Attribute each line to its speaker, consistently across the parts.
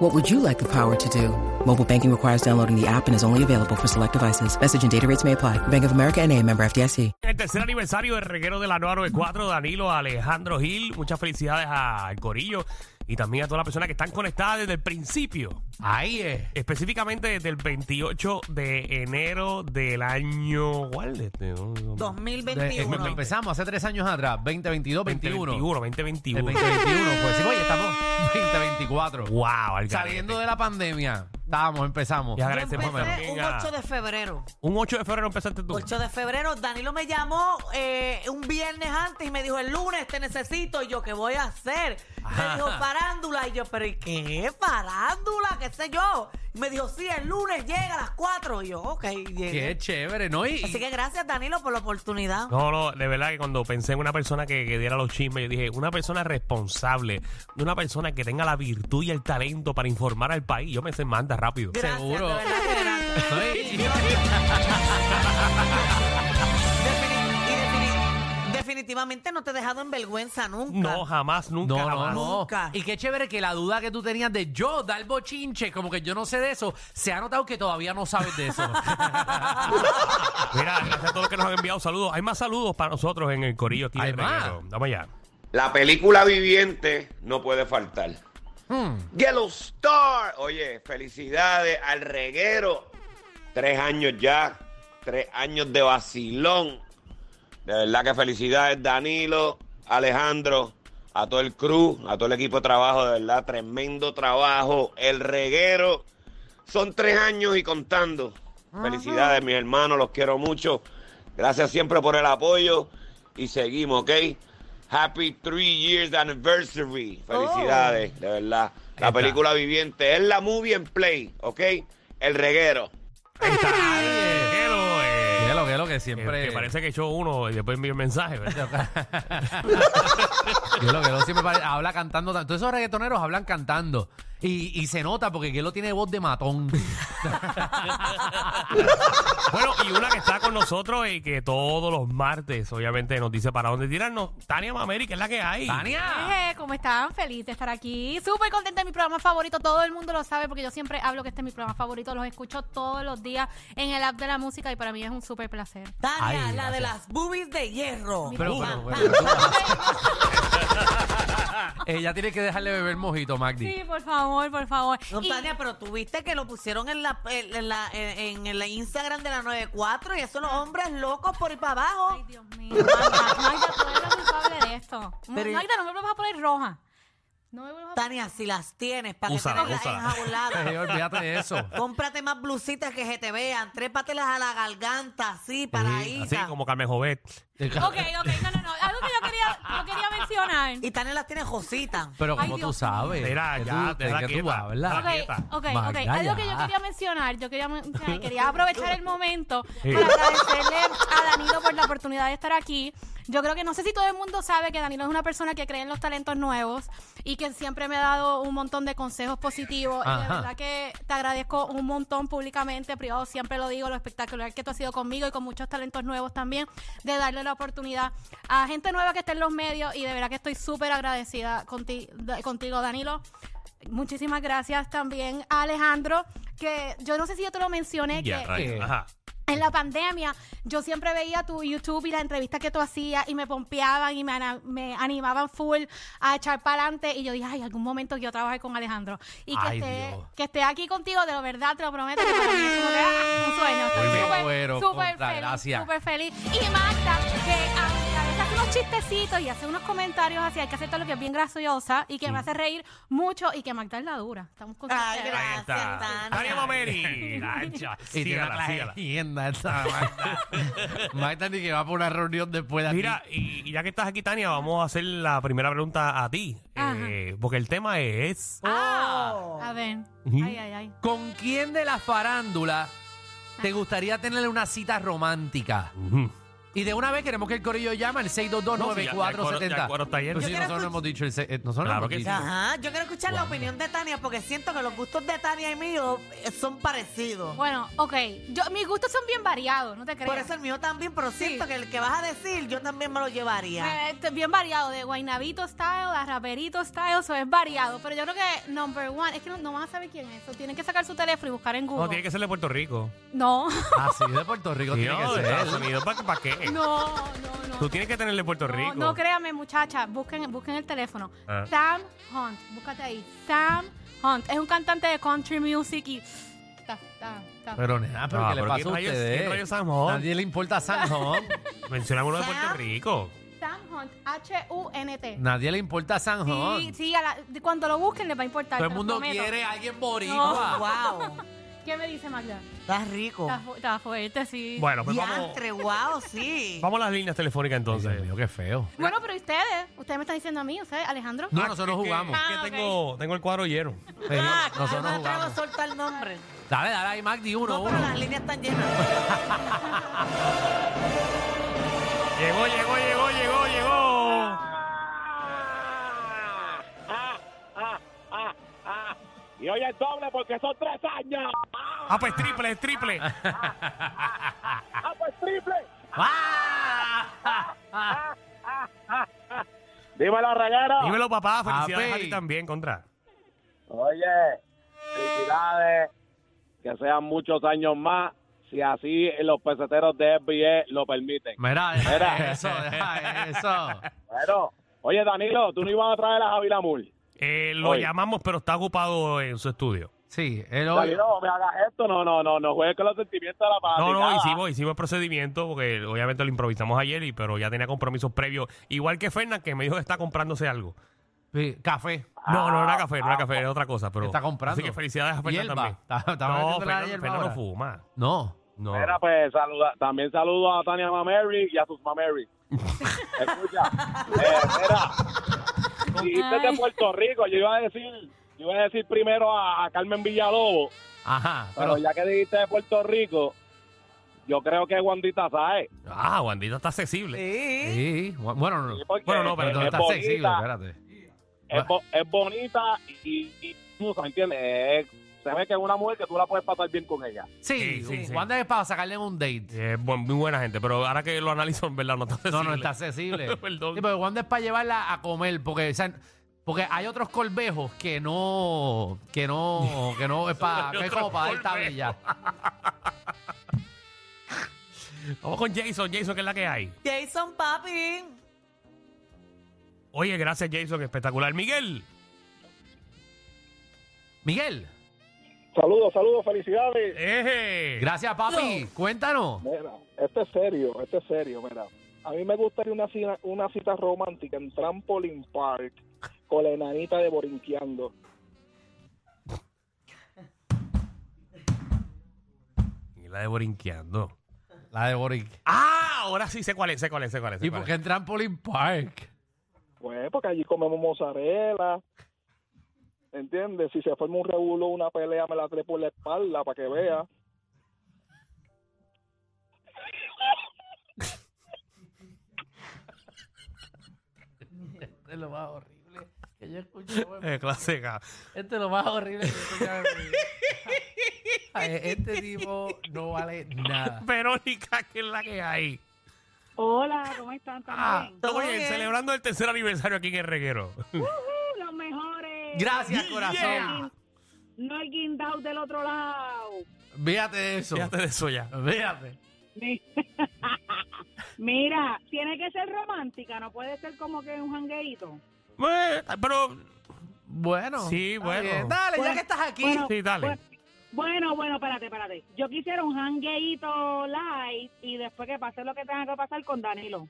Speaker 1: What would you like the power to do? Mobile banking requires downloading the app and is only available for select devices. Message and data rates may apply. Bank of America and a member FDIC.
Speaker 2: El tercer aniversario del reguero de la 994, Danilo Alejandro Gil. Muchas felicidades al Corillo y también a todas las personas que están conectadas desde el principio.
Speaker 3: Ahí es.
Speaker 2: Específicamente desde el 28 de enero del año. ¿Cuál es este? No, no, no.
Speaker 4: 2021.
Speaker 3: Eh, Empezamos hace tres años atrás, 2022, 21.
Speaker 2: 2021,
Speaker 3: El
Speaker 2: 2021.
Speaker 3: 2021, pues sí, oye, estamos 2024.
Speaker 2: ¡Wow! al garete.
Speaker 3: Saliendo de la pandemia, estábamos, empezamos.
Speaker 2: Y
Speaker 4: Yo
Speaker 2: agradecemos
Speaker 4: empecé un
Speaker 2: también a-
Speaker 4: 8 de febrero.
Speaker 2: Un 8 de febrero empezaste tú.
Speaker 4: 8 de febrero, Danilo me llamó eh, un viernes antes y me dijo, el lunes te necesito. Y yo, ¿qué voy a hacer? Me dijo, parándula. Y yo, ¿pero y qué? ¿Parándula? ¿Qué sé yo? Y me dijo, sí, el lunes llega a las 4. Y yo, ok, llegué.
Speaker 3: Qué chévere, ¿no? Y,
Speaker 4: Así que gracias, Danilo, por la oportunidad.
Speaker 2: No, no, de verdad que cuando pensé en una persona que, que diera los chismes, yo dije, una persona responsable, una persona que tenga la virtud y el talento para informar al país, yo me se manda rápido.
Speaker 4: Gracias,
Speaker 3: seguro.
Speaker 4: de verdad que gracias.
Speaker 3: no, y-
Speaker 4: Defini- y defini- definitivamente no te he dejado en vergüenza nunca.
Speaker 2: No, jamás, nunca,
Speaker 3: no, no,
Speaker 2: jamás.
Speaker 3: no.
Speaker 4: Nunca.
Speaker 3: Y qué chévere que la duda que tú tenías de yo dar bochinche, como que yo no sé de eso, se ha notado que todavía no sabes de eso.
Speaker 2: Mira, gracias a todos los que nos han enviado saludos. Hay más saludos para nosotros en el Corillo aquí
Speaker 3: Hay
Speaker 2: del
Speaker 3: más.
Speaker 2: reguero. Vamos allá.
Speaker 5: La película viviente no puede faltar. Yellowstar. Oye, felicidades al reguero. Tres años ya. Tres años de vacilón. De verdad que felicidades, Danilo, Alejandro, a todo el crew, a todo el equipo de trabajo. De verdad, tremendo trabajo. El reguero. Son tres años y contando. Felicidades, mis hermanos, los quiero mucho. Gracias siempre por el apoyo y seguimos, ¿ok? Happy three years anniversary. Felicidades, de verdad.
Speaker 3: está.
Speaker 5: La película viviente es la movie en play, ¿ok? El reguero.
Speaker 2: Ahí está. Qué lo, eh,
Speaker 3: que lo que lo que
Speaker 2: que-
Speaker 3: siempre.
Speaker 2: que parece que echó uno y después envió el mensaje. ¿verdad?
Speaker 3: Guelo, Guelo siempre pare- habla cantando. tanto. Todos esos reggaetoneros hablan cantando. Y, y se nota porque Gelo tiene voz de matón.
Speaker 2: bueno, y una que está con nosotros y que todos los martes, obviamente, nos dice para dónde tirarnos. Tania Mameri, que es la que hay.
Speaker 3: ¡Tania!
Speaker 6: Hey, ¿Cómo están? Feliz de estar aquí. Súper contenta de mi programa favorito. Todo el mundo lo sabe porque yo siempre hablo que este es mi programa favorito. Los escucho todos los días en el app de la música y para mí es un súper placer.
Speaker 4: Tania,
Speaker 3: Ay,
Speaker 4: la de
Speaker 3: gracias.
Speaker 4: las boobies de hierro.
Speaker 3: Pero,
Speaker 4: Pam,
Speaker 3: pero,
Speaker 4: pam.
Speaker 3: pero, tú vas- Ella tiene que dejarle beber mojito, Magdi. Eh,
Speaker 6: Sí, por favor, por favor.
Speaker 4: No,
Speaker 6: Y-
Speaker 4: Tania, pero tú viste que lo pusieron en la, en la, en, en la Instagram de la 94 y esos los hombres locos por ir para abajo.
Speaker 6: Ay, Dios mío. Magda, Magda, tú eres la culpable de esto.
Speaker 4: Pero-
Speaker 6: Magda, no me vuelvas a poner roja. No me vuelvas a
Speaker 4: Tania, si las tienes, para
Speaker 2: Úsala,
Speaker 4: que tengas
Speaker 2: úsala.
Speaker 3: Ey,
Speaker 4: enjauladas.
Speaker 3: olvídate de eso.
Speaker 4: Cómprate más blusitas que se te vean, trépatelas a la garganta, así,
Speaker 2: Así
Speaker 4: paraditas.
Speaker 2: como Carmen Jovet.
Speaker 6: Ok, ok, no, no, no. Algo que yo quería, yo quería mencionar.
Speaker 4: Y Tania las tiene jositas.
Speaker 3: Pero
Speaker 6: Ay,
Speaker 3: como tú
Speaker 6: Dios
Speaker 3: sabes.
Speaker 2: Mira,
Speaker 3: que
Speaker 2: ya,
Speaker 3: tú-
Speaker 2: déjala
Speaker 3: que tú
Speaker 2: quieta.
Speaker 3: hablas.
Speaker 2: Déjala
Speaker 6: Ok,
Speaker 2: quieta.
Speaker 6: ok, ok.
Speaker 3: Magda,
Speaker 6: Algo que
Speaker 3: ya.
Speaker 6: yo quería mencionar, yo quería, mencionar, quería aprovechar el momento
Speaker 2: Sí.
Speaker 6: para agradecerle a Danilo por la oportunidad de estar aquí. Yo creo que no sé si todo el mundo sabe que Danilo es una persona que cree en los talentos nuevos y que siempre me ha dado un montón de consejos positivos. Y de
Speaker 3: Ajá.
Speaker 6: verdad que te agradezco un montón públicamente, privado, siempre lo digo, lo espectacular que tú has sido conmigo y con muchos talentos nuevos también, de darle la oportunidad a gente nueva que está en los medios y de verdad que estoy súper agradecida conti- da- contigo, Danilo. Muchísimas gracias también a Alejandro, que yo no sé si yo te lo mencioné,
Speaker 2: Ya,
Speaker 6: que
Speaker 2: rayos. Ajá.
Speaker 6: en la pandemia yo siempre veía tu YouTube y las entrevistas que tú hacías y me pompeaban y me, ana- me animaban full a echar para adelante y yo dije, ay, algún momento que yo trabaje con Alejandro y que,
Speaker 3: Ay,
Speaker 6: esté,
Speaker 3: Dios.
Speaker 6: que esté aquí contigo, de lo verdad, te lo prometo, que para mí es como que, ah, un sueño. Estoy
Speaker 3: Muy bien.
Speaker 6: súper-
Speaker 3: Bueno,
Speaker 6: súper
Speaker 3: contra,
Speaker 6: feliz,
Speaker 3: gracias.
Speaker 6: súper feliz. Y Magda, que a, a veces hace unos chistecitos y hace unos comentarios así, hay que aceptar lo que es bien graciosa y que me hace reír mucho y que Magda es la dura. Estamos con
Speaker 4: Ay,
Speaker 6: ustedes.
Speaker 4: gracias.
Speaker 2: Ahí está.
Speaker 4: Tania.
Speaker 2: Tania Mameri. Lancha.
Speaker 3: Y tiene
Speaker 2: Sígala,
Speaker 3: una
Speaker 2: sígala.
Speaker 3: leyenda esa Magda. Magda ni que va por una reunión después de aquí.
Speaker 2: Mira, y, y ya que estás aquí, Tania, vamos a hacer la primera pregunta a ti.
Speaker 6: Ajá. Ah.
Speaker 2: Eh, porque el tema es.
Speaker 6: A ver, ay, ay, ay.
Speaker 3: ¿Con
Speaker 6: Ah.
Speaker 3: quién de la farándula te gustaría tener una cita romántica?
Speaker 2: Ujú.
Speaker 3: Y de una vez queremos que el corillo llame al 622-9470.
Speaker 2: No, si ya- ya el coro- ya el coro está lleno.
Speaker 3: Pero si
Speaker 4: Yo quiero
Speaker 3: nosotros no
Speaker 4: escuch-
Speaker 3: hemos dicho el... se- eh, Nosotros no
Speaker 2: Claro
Speaker 3: hemos
Speaker 2: que
Speaker 3: dicho.
Speaker 4: Ajá, yo quiero escuchar la opinión de Tania porque siento que los gustos de Tania y míos eh, son parecidos.
Speaker 6: Bueno, ok. Yo, mis gustos son bien variados, no te creas.
Speaker 4: Por eso el mío también, pero siento que el que vas a decir yo también me lo llevaría.
Speaker 6: Eh, este, bien variado, de guainabito style, a raperito style, eso es variado. Pero yo creo que number one, es que no, no van a saber quién es eso. Tienen que sacar su teléfono y buscar en Google.
Speaker 2: No, tiene que ser de Puerto Rico.
Speaker 6: No,
Speaker 3: Así de Puerto Rico tiene
Speaker 2: No, de
Speaker 3: que
Speaker 2: Estados
Speaker 3: ser.
Speaker 2: Unidos. ¿Para, para qué?
Speaker 6: no, no, no.
Speaker 2: Tú tienes que tener de Puerto Rico.
Speaker 6: No, no, créame, muchacha, busquen, busquen el teléfono.
Speaker 2: Ah.
Speaker 6: Sam Hunt, búscate ahí. Sam Hunt. Es un cantante de country music y. Ta, ta, ta.
Speaker 3: Pero nada, pero
Speaker 2: No,
Speaker 3: ¿qué le
Speaker 2: pero
Speaker 3: pasa
Speaker 2: ¿quién
Speaker 3: a
Speaker 2: rayos-
Speaker 3: ustedes?
Speaker 2: quién rayos San Juan?
Speaker 3: Nadie le importa a San Juan.
Speaker 2: Mencionamos uno de Puerto
Speaker 4: Sam.
Speaker 2: Rico.
Speaker 6: Sam Hunt, H-U-N-T.
Speaker 3: Nadie le importa a San Juan.
Speaker 6: Sí, sí, a la- de- cuando lo busquen les va a importar.
Speaker 3: Todo el
Speaker 6: te lo
Speaker 3: mundo
Speaker 6: prometo.
Speaker 3: quiere a alguien
Speaker 6: No.
Speaker 3: boricua.
Speaker 4: Wow,
Speaker 6: ¿Qué me dice Magda?
Speaker 4: estás rico.
Speaker 6: Está, fu- está fuerte, sí.
Speaker 2: Bueno, pues vamos,
Speaker 4: Diantre, wow, sí.
Speaker 2: vamos a las líneas telefónicas entonces.
Speaker 3: Dios mío, qué feo.
Speaker 6: Bueno, pero ustedes, ustedes me están diciendo a mí, ustedes, Alejandro.
Speaker 3: No, nosotros
Speaker 2: Es que-
Speaker 3: jugamos.
Speaker 2: es que
Speaker 6: Ah, ok.
Speaker 2: tengo, tengo el cuadro lleno.
Speaker 3: Sí,
Speaker 4: Ah, no
Speaker 3: nosotros
Speaker 4: me atrevo a
Speaker 3: jugamos.
Speaker 4: soltar nombre.
Speaker 3: Dale, dale ahí, Mac, di uno,
Speaker 4: No, pero
Speaker 3: uno.
Speaker 4: las líneas están llenas.
Speaker 2: Llegó, llegó, llegó, llegó, llegó.
Speaker 7: Ah, ah, Y hoy es doble porque son tres años.
Speaker 2: Ah, pues triple, es triple.
Speaker 7: ¡Ah, pues triple!
Speaker 3: ¡Ah!
Speaker 7: Dímelo, reguero.
Speaker 2: Dímelo,
Speaker 7: Ah,
Speaker 2: papá. Felicidades a
Speaker 7: pues.
Speaker 3: Papi.
Speaker 2: ti también, contra.
Speaker 7: Oye, felicidades. Que sean muchos años más, si así los peseteros de FBE lo permiten.
Speaker 3: Mira, deja
Speaker 7: Mira.
Speaker 3: eso, deja eso.
Speaker 7: Bueno, oye, Danilo, tú no ibas a traer a Javi Lamur.
Speaker 2: Eh, lo
Speaker 7: Oye.
Speaker 2: llamamos, pero está ocupado en su estudio.
Speaker 3: Sí, el hoy.
Speaker 7: Danilo, no me hagas esto. No, no, no, no juegues con los sentimientos Ah, de la
Speaker 2: No, pues. no,
Speaker 7: fanaticada.
Speaker 2: hicimos, hicimos el procedimiento porque obviamente lo improvisamos ayer, y, pero ya tenía compromisos previos. Igual que Fernan, que me dijo que está comprándose algo.
Speaker 3: Sí, Café.
Speaker 2: No,
Speaker 7: Ah.
Speaker 2: no era café, no era café, era otra cosa. Pero,
Speaker 3: Está comprando.
Speaker 2: Así que felicidades a Fernan
Speaker 3: Hierba.
Speaker 2: también.
Speaker 3: Está- está
Speaker 2: no,
Speaker 3: metiendo la
Speaker 2: Fernan,
Speaker 3: hierba
Speaker 2: Fernan no
Speaker 3: ahora.
Speaker 2: fuma.
Speaker 3: No.
Speaker 2: No.
Speaker 7: Mira, pues saluda, también saludo a Tania Mameri y a sus Mameri. Escucha, eh, mira, dijiste de
Speaker 6: Ay.
Speaker 7: Puerto Rico, yo iba a decir, yo iba a decir primero a, a Carmen Villalobos,
Speaker 3: Ajá.
Speaker 7: pero, ya que dijiste de Puerto Rico, yo creo que Wandita Sae.
Speaker 2: Ah, Wandita está accesible.
Speaker 4: Sí.
Speaker 3: Sí, bu- bueno, no.
Speaker 7: Sí, porque
Speaker 2: Bueno, no, pero
Speaker 7: es,
Speaker 2: no
Speaker 7: es
Speaker 3: está
Speaker 7: bonita,
Speaker 3: accesible, espérate.
Speaker 7: es, bo- es bonita y, y incluso, ¿entiendes? Es- se ve que es una mujer que tú la puedes pasar bien con ella.
Speaker 2: Sí,
Speaker 3: Sí,
Speaker 2: sí, sí.
Speaker 3: Wanda es para sacarle un date.
Speaker 2: Es buen- muy buena gente, pero ahora que lo analizo, en verdad no está accesible.
Speaker 3: No, no está accesible.
Speaker 2: Perdón.
Speaker 3: Sí, pero Wanda es para llevarla a comer, porque, o sea, porque hay otros colvejos que no, que no, que no es para, que es como para dar tabla y ya.
Speaker 2: Vamos con Jason, Jason, que es la que hay.
Speaker 4: Jason, papi.
Speaker 2: Oye, gracias, Jason, espectacular. Miguel.
Speaker 3: Miguel,
Speaker 7: Saludos, saludos, felicidades.
Speaker 2: Eje.
Speaker 3: gracias papi, cuéntanos.
Speaker 7: Mira, este es serio, este es serio, mira. A mí me gustaría una cita, una cita romántica en Trampoline Park con la enanita de Borinqueando.
Speaker 2: Y la de Borinqueando.
Speaker 3: La de Boric.
Speaker 2: Ah, ahora sí sé cuál es, sé cuál es, sé cuál es. sé
Speaker 3: ¿Y
Speaker 2: cuál
Speaker 3: por qué en Trampoline Park?
Speaker 7: Pues porque allí comemos mozzarella, ¿entiendes? Si se forma un rebulo, una pelea, me la trepo en la espalda para que vea.
Speaker 8: Este es lo más horrible que yo he escuchado. en-
Speaker 2: es. Eh, clásica.
Speaker 8: Este es lo más horrible que yo he escuchado. en mi vida. Ay, Este tipo no vale nada.
Speaker 2: Verónica, que es la que hay.
Speaker 9: Hola, ¿cómo están?
Speaker 2: Ah,
Speaker 9: ¿También?
Speaker 2: todo
Speaker 4: Todo
Speaker 2: bien,
Speaker 4: bien.
Speaker 2: celebrando el tercer aniversario aquí en el reguero.
Speaker 9: Los mejores.
Speaker 3: Gracias,
Speaker 2: Yeah.
Speaker 3: corazón.
Speaker 9: No hay guindao del otro lado.
Speaker 3: Véate de eso.
Speaker 2: Fíjate de eso ya.
Speaker 3: Véate.
Speaker 9: Mi- Mira, tiene que ser romántica, no puede ser como que un jangueíto.
Speaker 2: Eh, Pero,
Speaker 3: Bueno.
Speaker 2: Sí,
Speaker 3: está
Speaker 2: bueno.
Speaker 3: bien. Dale, ya
Speaker 9: Bueno,
Speaker 3: que estás aquí.
Speaker 9: bueno,
Speaker 2: sí, dale.
Speaker 9: bueno, Bueno, bueno, espérate, espérate. Yo quisiera un jangueíto light y después que pase lo que tenga que pasar con Danilo.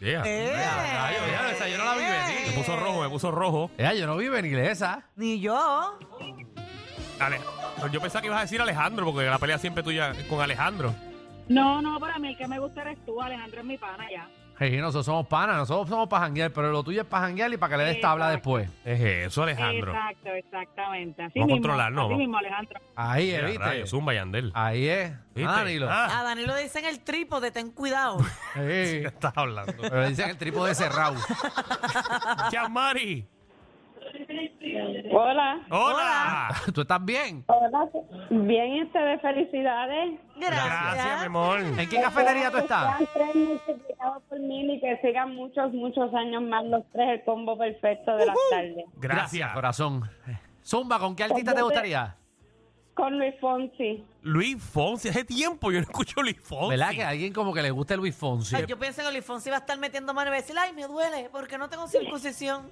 Speaker 2: Yeah.
Speaker 4: Eh.
Speaker 3: ya, ya, ya, esa yo no la vi venir.
Speaker 2: Me puso rojo, eh. me puso rojo.
Speaker 3: Ella, yo no vivo en iglesia.
Speaker 4: Ni yo.
Speaker 2: Dale. Yo pensaba que ibas a decir Alejandro, porque la pelea siempre tuya es con Alejandro.
Speaker 9: No, no, para mí el que me gusta eres tú, Alejandro es mi pana ya.
Speaker 3: Sí, nosotros somos panas, nosotros somos para janguear, pero lo tuyo es para janguear y para que le des tabla
Speaker 9: Exacto.
Speaker 3: después.
Speaker 2: Es eso, Alejandro.
Speaker 9: Exacto, exactamente. Así
Speaker 2: Vamos a
Speaker 9: mismo,
Speaker 2: controlarnos,
Speaker 9: Así
Speaker 2: vamos.
Speaker 9: mismo, Alejandro.
Speaker 3: Ahí es,
Speaker 2: Mira,
Speaker 3: ¿viste?
Speaker 2: rayos, Zumba y Andel.
Speaker 3: Ahí es.
Speaker 2: ¿Viste?
Speaker 3: Ah, Danilo.
Speaker 2: Ah,
Speaker 4: A Danilo le dicen el trípode, ten cuidado.
Speaker 3: Sí.
Speaker 2: ¿qué estás hablando?
Speaker 3: Pero le dicen el trípode cerrado.
Speaker 2: Chao, Mari.
Speaker 9: Hola.
Speaker 2: Hola.
Speaker 3: ¿Tú estás bien?
Speaker 9: Hola. Bien, este de felicidades.
Speaker 2: Gracias, mi amor.
Speaker 3: ¿En qué cafetería tú estás?
Speaker 9: tres multiplicados por mil y que sigan muchos, muchos años más los tres, el combo perfecto de las tardes.
Speaker 2: Gracias.
Speaker 3: corazón. Zumba, ¿con qué artista te gustaría?
Speaker 9: Con Luis Fonsi.
Speaker 2: Luis Fonsi, hace tiempo yo no escucho a Luis Fonsi.
Speaker 3: ¿Verdad que alguien como que le guste Luis Fonsi?
Speaker 4: Ay, yo pienso que Olifonsi va a estar metiendo mano y va a decir, ay, me duele porque no tengo circuncisión.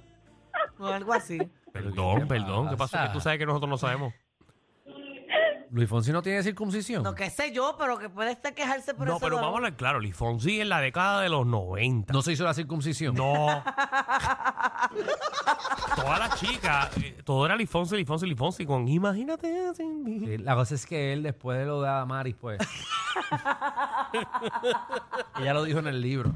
Speaker 4: O algo así.
Speaker 2: Perdón,
Speaker 3: ¿Qué
Speaker 2: perdón. ¿Qué
Speaker 3: pasa?
Speaker 2: pasó? Que tú sabes que nosotros no sabemos.
Speaker 3: Luis Fonsi no tiene circuncisión.
Speaker 4: No, qué sé yo, pero que puede estar quejarse por
Speaker 2: No,
Speaker 4: eso.
Speaker 2: pero
Speaker 4: dolor.
Speaker 2: vamos a hablar claro. Luis Fonsi en la década de los 90.
Speaker 3: No se hizo la circuncisión.
Speaker 2: No. Todas las chicas, eh, todo era Luis Fonsi, Luis Fonsi, Luis Fonsi, con imagínate sin mí.
Speaker 3: Sí, La cosa es que él, después de lo de Adamaris, pues. ella lo dijo en el libro.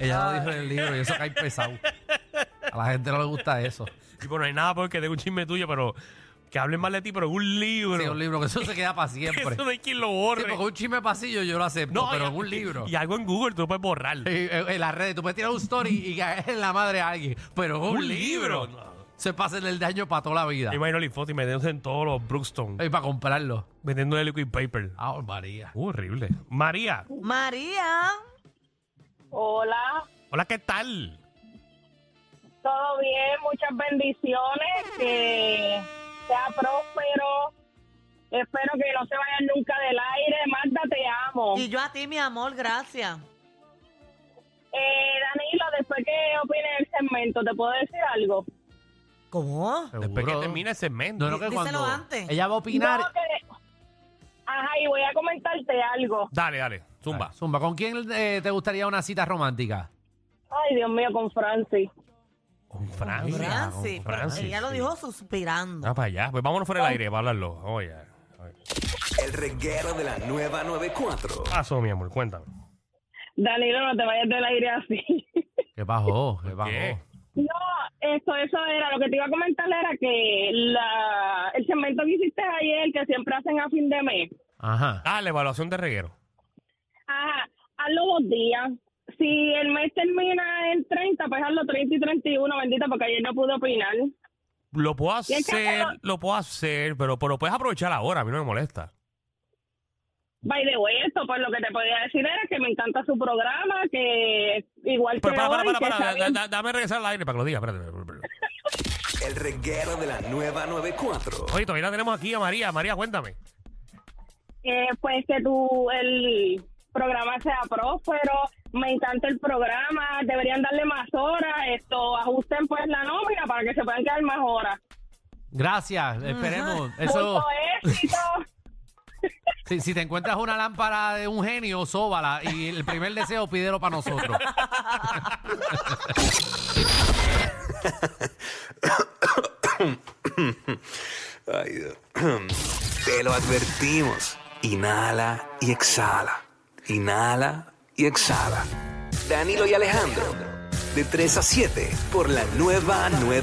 Speaker 3: ella lo dijo en el libro y eso cae pesado. A la gente no le gusta eso.
Speaker 2: Y bueno, no hay nada porque tengo un chisme tuyo, pero que hablen mal de ti, pero en un libro.
Speaker 3: Sí, un libro que eso se queda para
Speaker 2: Que
Speaker 3: siempre.
Speaker 2: Eso no hay quien lo
Speaker 3: Sí,
Speaker 2: borre.
Speaker 3: porque un chisme pasillo yo lo acepto, pero
Speaker 2: y-
Speaker 3: en un libro.
Speaker 2: Y algo en Google tú lo puedes borrar.
Speaker 3: Y- En las redes, tú puedes tirar un story y caer en la madre a alguien, pero en un,
Speaker 2: Un libro,
Speaker 3: libro.
Speaker 2: no.
Speaker 3: Se pasa el daño para toda la vida.
Speaker 2: Yo imagino a Luis Fonsi metiéndose en todos los Brookstone,
Speaker 3: Y para comprarlo.
Speaker 2: vendiendo de liquid paper.
Speaker 3: Ah, María.
Speaker 2: Uh, horrible. María,
Speaker 4: María,
Speaker 9: Hola.
Speaker 2: hola, ¿qué tal?
Speaker 9: Todo bien, muchas bendiciones, que sea próspero. Espero que no se vayan nunca del aire. Marta, te amo.
Speaker 4: y yo a ti, mi amor, gracias.
Speaker 9: Eh, Danilo, después que opine el segmento, ¿te puedo decir algo?
Speaker 4: ¿Cómo?
Speaker 2: Después que
Speaker 3: Seguro.
Speaker 2: termine el segmento.
Speaker 3: No, no, que
Speaker 4: Díselo
Speaker 3: cuando
Speaker 4: antes.
Speaker 3: ella va a opinar.
Speaker 9: No, que- Ajá, y voy a comentarte algo.
Speaker 2: Dale, dale, zumba.
Speaker 3: Zumba. Zumba, ¿con quién eh, te gustaría una cita romántica?
Speaker 9: Ay, Dios mío, con Francis.
Speaker 2: Con Francia.
Speaker 4: Francis,
Speaker 2: con
Speaker 4: pero
Speaker 2: Francis,
Speaker 4: ella lo
Speaker 2: sí.
Speaker 4: dijo suspirando.
Speaker 2: Ah, para allá. Pues vámonos fuera del aire para hablarlo. Oh, Oye.
Speaker 10: El reguero de la nueva 94.
Speaker 2: Paso, mi amor, cuéntame.
Speaker 9: Danilo, no te vayas del aire así.
Speaker 3: ¿Qué bajó? ¿Qué bajó?
Speaker 2: ¿Qué?
Speaker 9: No, eso, eso era. Lo que te iba a comentar era que la, el segmento que hiciste ayer, que siempre hacen a fin de mes,
Speaker 3: Ajá.
Speaker 2: Ah, la evaluación de reguero.
Speaker 9: ajá, hazlo dos días. Si el mes termina el 30, pues hazlo 30 y 31, bendita, porque ayer no pude opinar.
Speaker 2: Lo puedo
Speaker 9: Y es que
Speaker 2: hacer,
Speaker 9: no-
Speaker 2: lo puedo hacer, pero, pero puedes aprovechar ahora, a mí no me molesta.
Speaker 9: By the way, esto, pues lo que te podía decir era que me encanta su programa, que igual que
Speaker 2: Pero para, para,
Speaker 9: hoy,
Speaker 2: para,
Speaker 9: que
Speaker 2: para,
Speaker 9: está
Speaker 2: da-
Speaker 9: bien.
Speaker 2: da- dame regresar al aire para que lo diga. Espérate, espérate, espérate.
Speaker 10: El reguero de la nueva 94.
Speaker 2: Oye, todavía la tenemos aquí a María. María, cuéntame.
Speaker 9: Eh, pues que tu el programa sea próspero, me encanta el programa, deberían darle más horas, esto ajusten pues la nómina para que se puedan quedar más horas.
Speaker 3: Gracias, esperemos. Eso,
Speaker 9: Punto éxito.
Speaker 3: si, si te encuentras una lámpara de un genio, sóbala y el primer deseo pídelo para nosotros.
Speaker 10: Ay, Dios. Te lo advertimos. Inhala y exhala. Inhala y exhala. Danilo y Alejandro. De 3 a 7 por la nueva 9.